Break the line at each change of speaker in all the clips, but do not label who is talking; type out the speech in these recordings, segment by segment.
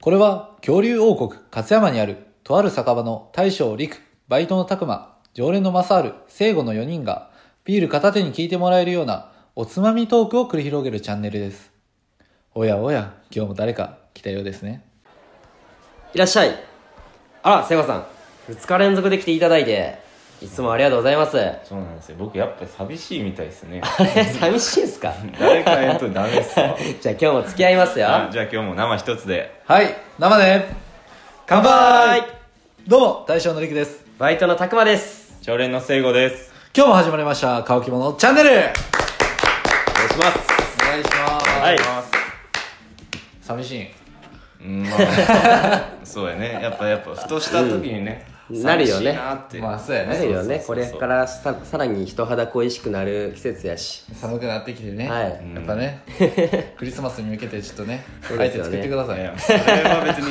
これは恐竜王国勝山にあるとある酒場の大将陸、バイトの拓馬、常連の正治、聖護の4人がビール片手に聞いてもらえるようなおつまみトークを繰り広げるチャンネルです。おやおや、今日も誰か来たようですね。
いらっしゃいあら、セガさん2日連続で来ていただいていつもありがとうございます あ
そうなんですよ僕やっぱ寂しいみたいですね
れ寂しいんすか
誰かやるとダメっすわ
じゃあ今日も付き合いますよ
あじゃあ今日も生一つで
はい、生で乾杯どうも、大将の陸です。
バイトのたくまです
常連の聖護です
今日も始まりました、乾き物チャンネルお願いし
お願いします
ます。
はい
寂しい。
うんまあそうやねやっぱやっぱふとした時にね、
うん
寂しい
なるよね
なって
まあ、そうや
なる
ね。
よねこ
そうそうそう
れ
そう
からささらに人肌恋しくなる季節やし
寒くなってきてね。
はい
やっぱね、クリスマスに向けてちょっとね、
そう
相
です
手作っ
よね
てくださ
い
い。
やそれは別にい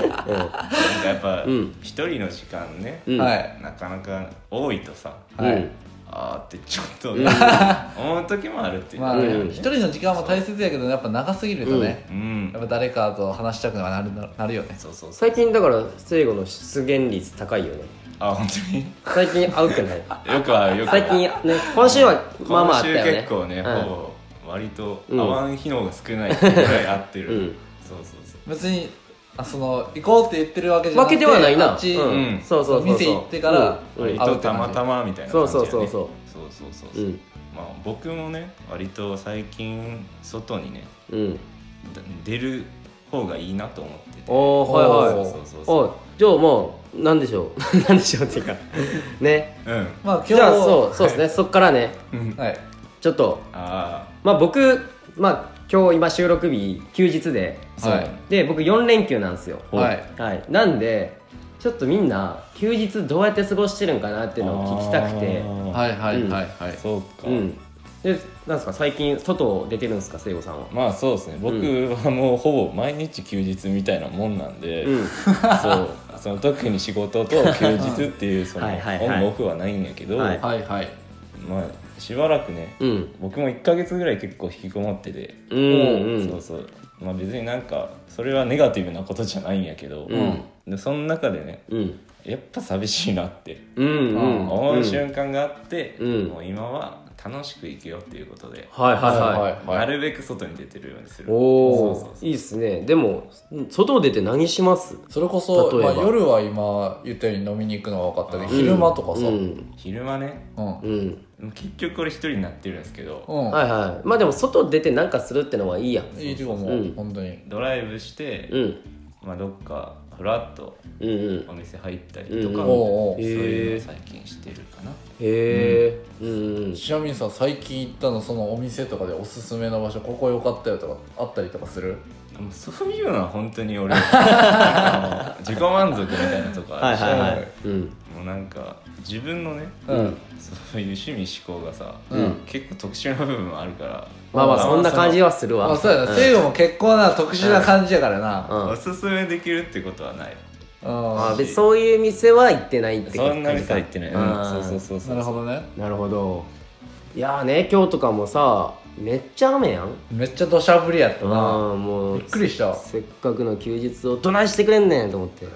いんですけどなんかやっぱ
ん
一人の時間ね、
うん
はい。
なかなか多いとさ
はい
うん
あーってちょっと、思う時もあるっていう、
まあ、
うん
一人の時間も大切やけど、やっぱ長すぎるとね、
うん
やっぱ誰かと話したくなるなるよね。
そうそうそう
最近だから聖護の出現率高いよね
あ本当に
最近会うく ない
よくあるよくあ
最
る
近ね今週はまあまああったよね
今週結構ね、
うん
ほぼ割と合わん日の方が少ないぐらい合ってる、
うん
そうそうそう
別に、あその、行こうって言ってるわけじゃな
負
くて
けではないな
あっち、
うん
うん
そうそうそうそう
店行ってから
うんうん
割とたまたまみたいな
そ
感
う
じや
そ
ね
うそうそう
そうそうそう
う
そうんまあ僕もね割と最近外にね
うん
だ出る方がいいなと思ってて
おーはいはい
そうそうそう
お
そ
いじゃあもう何でしょう 何でしょうっていうかね
ううん
まあ、今日
じゃあそうそうですね、そっからね
うん
はい。
ちょっと
あ
まあ僕まあ今日今収録日休日で
あそう、
はい
で僕4連休なんですよ
はい。
はいなんでちょっとみんな休日どうやって過ごしてるんかなっていうのを聞きたくて
あー
はいはいはいはい。
そうか、
うんでなんですか最近外を出てるんですか聖子さん は
まあそうですね僕はもうほぼ毎日休日みたいなもんなんで、
うん
そうその特に仕事と休日っていうそのオ
はいはいはい
ンオフはないんやけど、
はい
はいはい。
まあしばらくね
うん
僕も1か月ぐらい結構引きこもってて、
うんうん
そうそうまあ別になんかそれはネガティブなことじゃないんやけど、
うん
でその中でね
うん
やっぱ寂しいなって
うんうん
思う瞬間があって、
うん
もう今は楽しく生きようっていうことで、
はいはいはい
はい
なるべく外に出てるようにする
おお
そうそうそう
いいっすねでも外出て何します
それこそ、
例え
まあ、
ば
夜は今言ったように飲みに行くのは分かったけど、
うん
昼間とかさ、
う
うん
ん
昼間ね
うん
うん
結局これ一人になってるんですけど、
はいはいまあでも外出てなんかするってのはいいやん
いいとこも、
うん
本当に
ドライブして、
うん
まあ、どっかフラッと
うんうん
お店入ったりとか、
お
うん
うおう
そういうのを最近してるかな、
へえうんうん
ちなみにさ最近行ったのそのお店とかでおすすめの場所ここ良かったよとかあったりとかする
もうそういうのは本当に 俺あの自己満足みたいなとこあ
は
る
い
し、
はいはいうん
もうなんか自分のね
うん
そういう趣味思考がさ、
うん
結構特殊な部分もあるから、
まあまあそんな感じ
は
はするわ
まあそうやな西洋も結構な特殊な感じやからな
うん
おすすめできるってことはない
うん
あ別にそういう店は行ってないって
そんなにさ言ってない、うん
あー
そうそうそうそう
なるほどね
なるほどいやーね今日とかもさめっちゃ雨やん
めっちゃ土砂降りやったな
ああもう
びっくりした
せっかくの休日をどないしてくれんねんと思って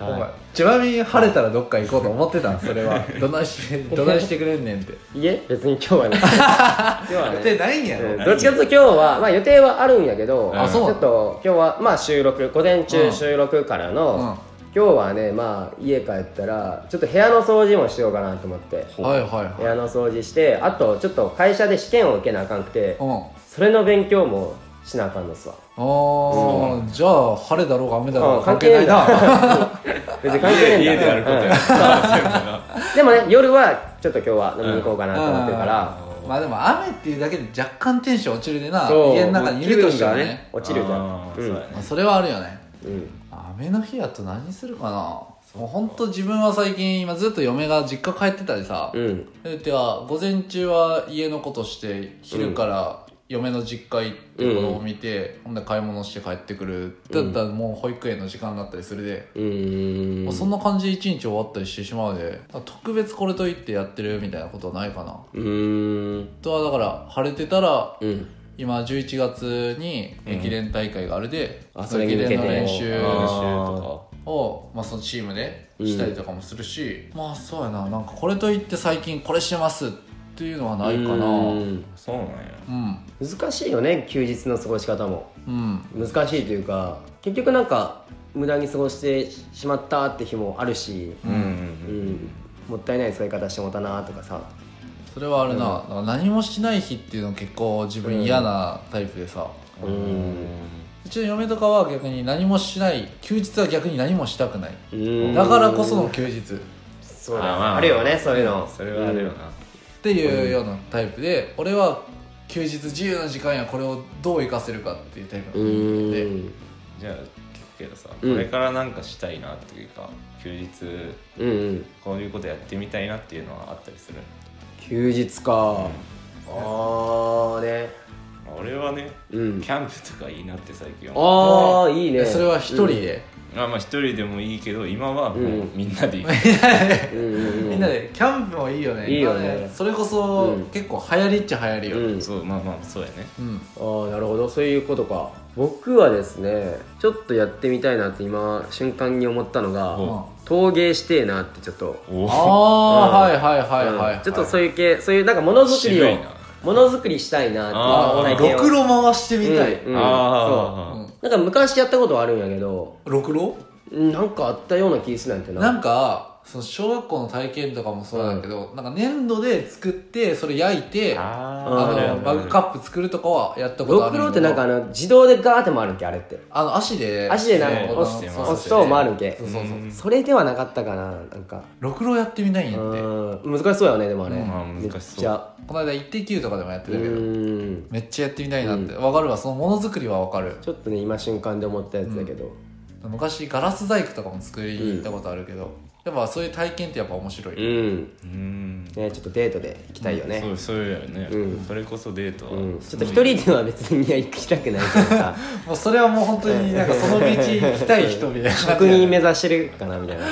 お前ちなみに晴れたらどっか行こうと思ってたんそれは どないしてどないしてくれんねん って
いえ別に今日はね今日は
言
ね
ってないんやろ
うんどっちかというと今日は、まあ、予定はあるんやけど
あそう
ちょっと今日は、まあ、収録午前
う
中
ん
収録からの、
うん
今日はね、まあ、家帰ったらちょっと部屋の掃除もしようかなと思って
はいはい
部
はい
屋の掃除してあとちょっと会社で試験を受けなあかんくて
うん
それの勉強もしなあかんのっすわ
あーじゃあ晴れだろうが雨だろう
あ
が関係ないな
別に関係
家
ねえ
家
んだ
でやること や、
うんでもね夜はちょっと今日は飲みに行こうかなと思ってるから、
まあでも雨っていうだけで若干テンション落ちるでな
そう
家の中にいるとしてもね
落ちるじゃん
あ
う
ーそ
ん
うやね
まあそれはあるよね
うん
雨の日やと何するかなもうほんと自分は最近今ずっと嫁が実家帰ってたりさ、
うん
でてか午前中は家のことして昼から嫁の実家行って子供見て、ほんで買い物して帰ってくるだったらもう保育園の時間だったりするで、
うーん
もうそんな感じで一日終わったりしてしまうでだから特別これといってやってるみたいなことはないかな
うーん
あとはだから晴れてたら
うん
い今11月に駅伝大会があるで、
うんあ
その
それに
駅
向けて
伝の練習
練習と
を、まあ、そのチームでしたりとかもするし、まあそうやななんかこれといって最近これしてますっていうのはないかなうん
うん
かそうなんや
難しいよね休日の過ごし方も
うん
難しいというか結局なんか無駄に過ごしてしまったって日もあるし、
うんうん
う
うん
ん、もったいない使い方してもたなとかさ
それはあるな,、なんか何もしない日っていうの結構自分嫌なタイプでさ、
うん
うちの嫁とかは逆に何もしない休日は逆に何もしたくない
うん
だからこその休日っ
そうだ
あまあ
あるよねそういうの
それはあるよな
ていうようなタイプで俺は休日自由な時間やこれをどう活かせるかっていうタイプ
う
なの
ん
で
じゃあ聞くけどさこ
うん
れからなんかしたいなっていうか休日
うんうん
こういうことやってみたいなっていうのはあったりする
休日か、ああね
俺はね
うん
キャンプとかいいなって最近思う
ああいいね
でそれは一人で、
あまあ一人でもいいけど今はもう
うん
みんなで行く
うんうんうん
みんなでキャンプもいいよね
いいよね
今それこそ、
うん
結構流行りっちゃ流行りよ、
うん
そうまあまあそうやね
うん
ああなるほどそういうことか僕はですねちょっとやってみたいなって今瞬間に思ったのが、
お
陶芸してえなってちょっと、
お
あ
お
あー、はいはいはいはい、
うんちょっとそう
いう
いう系そういうなんかものづくり
渋い
を
な
ものづくりしたいな
あー
あ
っていう体験
ろ
を
くろ回してみたい、
うんうん
あ
う
ー
ん
なんか昔やったことはあるんやけど
ろくろ
うんなんかあったような気するんやってな
なんかその小学校の体験とかもそうだけど、なんか粘土で作ってそれ焼いてあ
あー
のバグカップ作るとかはやったことある
ろく
やけど
ろってなんかあの自動でガーって回るんけあれって
あの足で
足でなんか
そう
押
す
そうそう
押すと回るんけ
そうそうそう
うん
それではなかったかななんか
ろくろやってみないんやって
うん難しそうよねでもあれ
うんまあ
めっ
難しそう
ちゃ
この間「イッテ Q!」とかでもやって
う
たけど
ん
めっちゃやってみたいなってわかるわそのものづくりはわかる
ちょっとね今瞬間で思ったやつだけど
昔ガラス細工とかも作りに行ったことあるけどやっぱそういう体験ってやっぱ面白
う
い
ん
うん
ねちょっとデートで行きたいよね
そうそうやね、
うん
それこそデートは、
うんちょっと一人では別に行きたくないからさ
もうそれはもう本当になんかその道行きたい人みたいな感じ
職
やね
人目指してるかなみたいな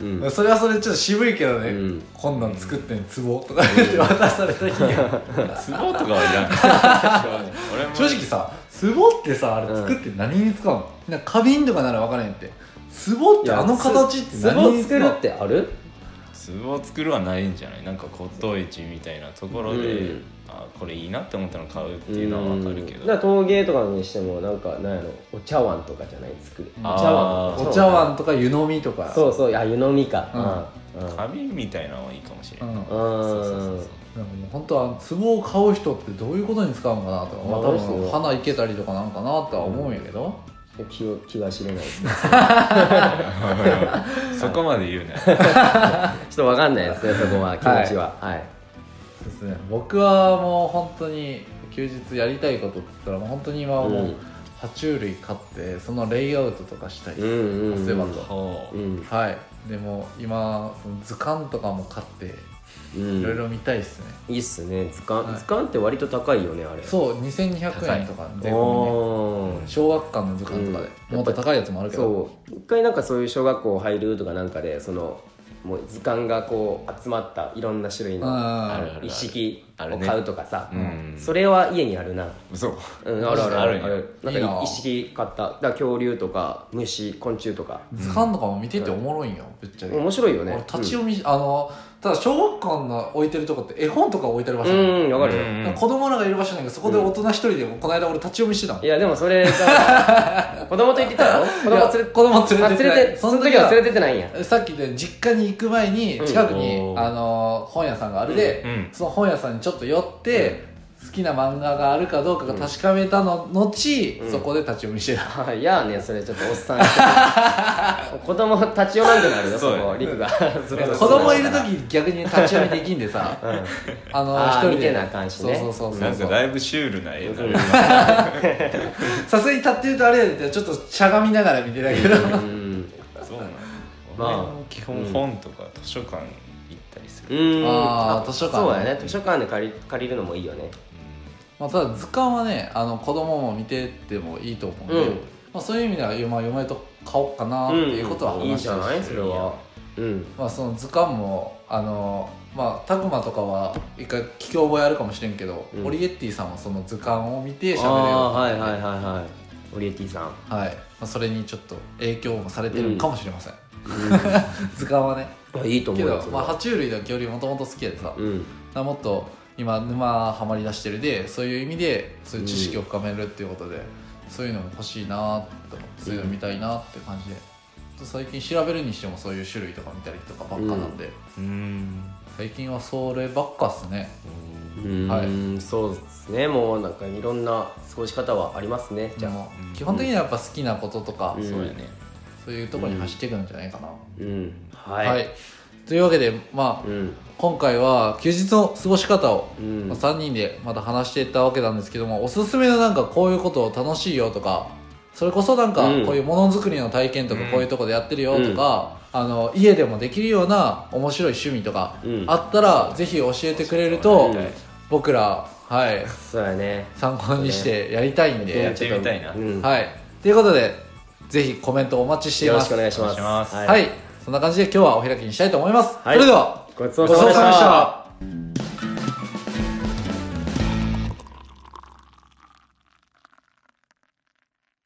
うん
それはそれちょっと渋いけどね、
うん
こんなん作ってん壺とか言って渡された日が
ツボとかはいらん俺 も
正直さ壺ってさあれ作って何に使うの、なんか花瓶とかなら分からへんって壺っ
い
てい
や
あの形って
つ壺
何に使
作
う
る
の
ってある
ツボ作るはないんじゃないなんか骨董市みたいなところで、
うん
あこれいいなって思ったの買うっていうのはわかるけ
う
ど
んだから陶芸とかにしてもなんかなんやろお茶碗とかじゃない作るお茶
あー
碗
お茶碗とか湯飲みとか、
そううそうあ湯飲みかうんうん
花瓶みたいなのはいいかもしれ
う
ない、
ん、なんか
そうそうそううんそう
もう本当は壺を買う人ってどういうことに使うのかなとか、まあ、多
そうです
分
よ
花いけたりとかなんかなとは思うんやけど、
気を気は知れないですね
そこまで言うね
ちょっとわかんないですねそこは気持ちははい
そうですね僕はもう本当に休日やりたいことって言ったらもう本当に今はも
う
うん爬虫類飼ってそのレイアウトとかしたり、
うんうんうん
そういえば
ほう
うん
はいでも今その図鑑とかも買って
うん
いろいろ見たいですね、
いいっすね図鑑
はい
図鑑って割と高いよねあれ
そう2200円とか税込みね
おー
小学館の図鑑とかで、
うん
もっと高いやつもあるけど
そう一回なんかそういう小学校入るとかなんかでそのもう図鑑がこう集まったいろんな種類の
あー
あの
あるある
一式
あ
を
るね
買うとかさ、
うん
それは家にあるな
そう
うん、あるある
あるんや
なん
いいな
か一式買っただから恐竜とか虫昆虫とか
図鑑とかも見てておもろいんよぶっちゃけ、
面白いよ
俺
ね
立ち読み、あのただ小学館の置いてるとこって絵本とか置いてある場所
う
なの
んうんわかるよ、
うん
子供らがいる場所なんかそこで大人一人でもこの間俺立ち読みしてたもん
いやでもそれが 子供と行ってたの子
いや
供連れ
子供連
あ
れてって
連
ない
れてその時は連れてってないんや
さっきで実家に行く前に近くに、
うん
あの本屋さんがあるで、
うんうん
その本屋さんにちょっと寄って、好きな漫画があるかどうかが確かめたの後、
うん
そこで立ち読みしてた、
あ いやねそれちょっとおっさん 子供立ち寄らんくなるよ
そ
そうこリクがそれ
子
は
供いる時逆に立ち読みできんで さ、あの
あー
一人で
見てなあかんしね
そうそうそ
な
うんそ
か
う
だいぶシュールな絵になる
さすがに立ってるとあれやでちょっとしゃがみながら見てたけど、
うん
そうなの
まあ
俺も基本本とか図書館行ったりす
う
る、
ん
あー図書館ね
そうやね図書館で借り借りるのもいいよね
まあ、ただ図鑑はねあの子供も見ててもいいと思うんで、
うん
まあ、そういう意味では、まあ、嫁と買おうかなっていうことは
うんいい
話し
じ
て
ゃ
ま
ない
す
それはうん
まあ、その図鑑もあのまあタクマとかは一回聞き覚えあるかもしれんけど、
うん
オリエッティさんはその図鑑を見て
あ
喋れる
あはいはいはいはいオリエティさん
はい、まあ、それにちょっと影響もされてるかもしれません、
う
図鑑はね
んいやいいと思
け
うよ
ど
そ、れ
まあ、
は
爬虫類の恐竜もともと好きやでさ、だか
うん
らもっと今沼ハマりだしてるでそういう意味でそういう知識を深めるっていうことで、そういうのも欲しいなって思ってそういうの見たいなって感じで、最近調べるにしてもそういう種類とか見たりとかばっかなんで、
うん
最近はそればっかっすね
うーんそうですねもうなんかいろんな過ごし方はありますねじ
じゃ
ゃ
あ
あ
もう基本的にはやっぱ好きなこととか、
うん
そうやね
そういうところに走っていくんじゃないかな、
うんはい、
はい、というわけでまあ、
うん
今回は休日の過ごし方を、
うん
まあ、3人でまた話していったわけなんですけどもおすすめのなんかこういうことを楽しいよとかそれこそなんか
うん
こういうものづくりの体験とか
うん
こういうとこでやってるよとか、あの家でもできるような面白い趣味とか
うん
あったらぜひ教えてくれると、
うん
僕らはい
そうやね
参考にしてやりたいん
や
で
っ、てみたいな
うん
はいということでぜひコメントお待ちしてい
よ
ま
ろしく
す
お願いします
お願いします
はい、それではそんな感じで今日はお開きにしたいと思います、
はい
それでは
ごちそうさまで
ご
し
ちそうさまでしたた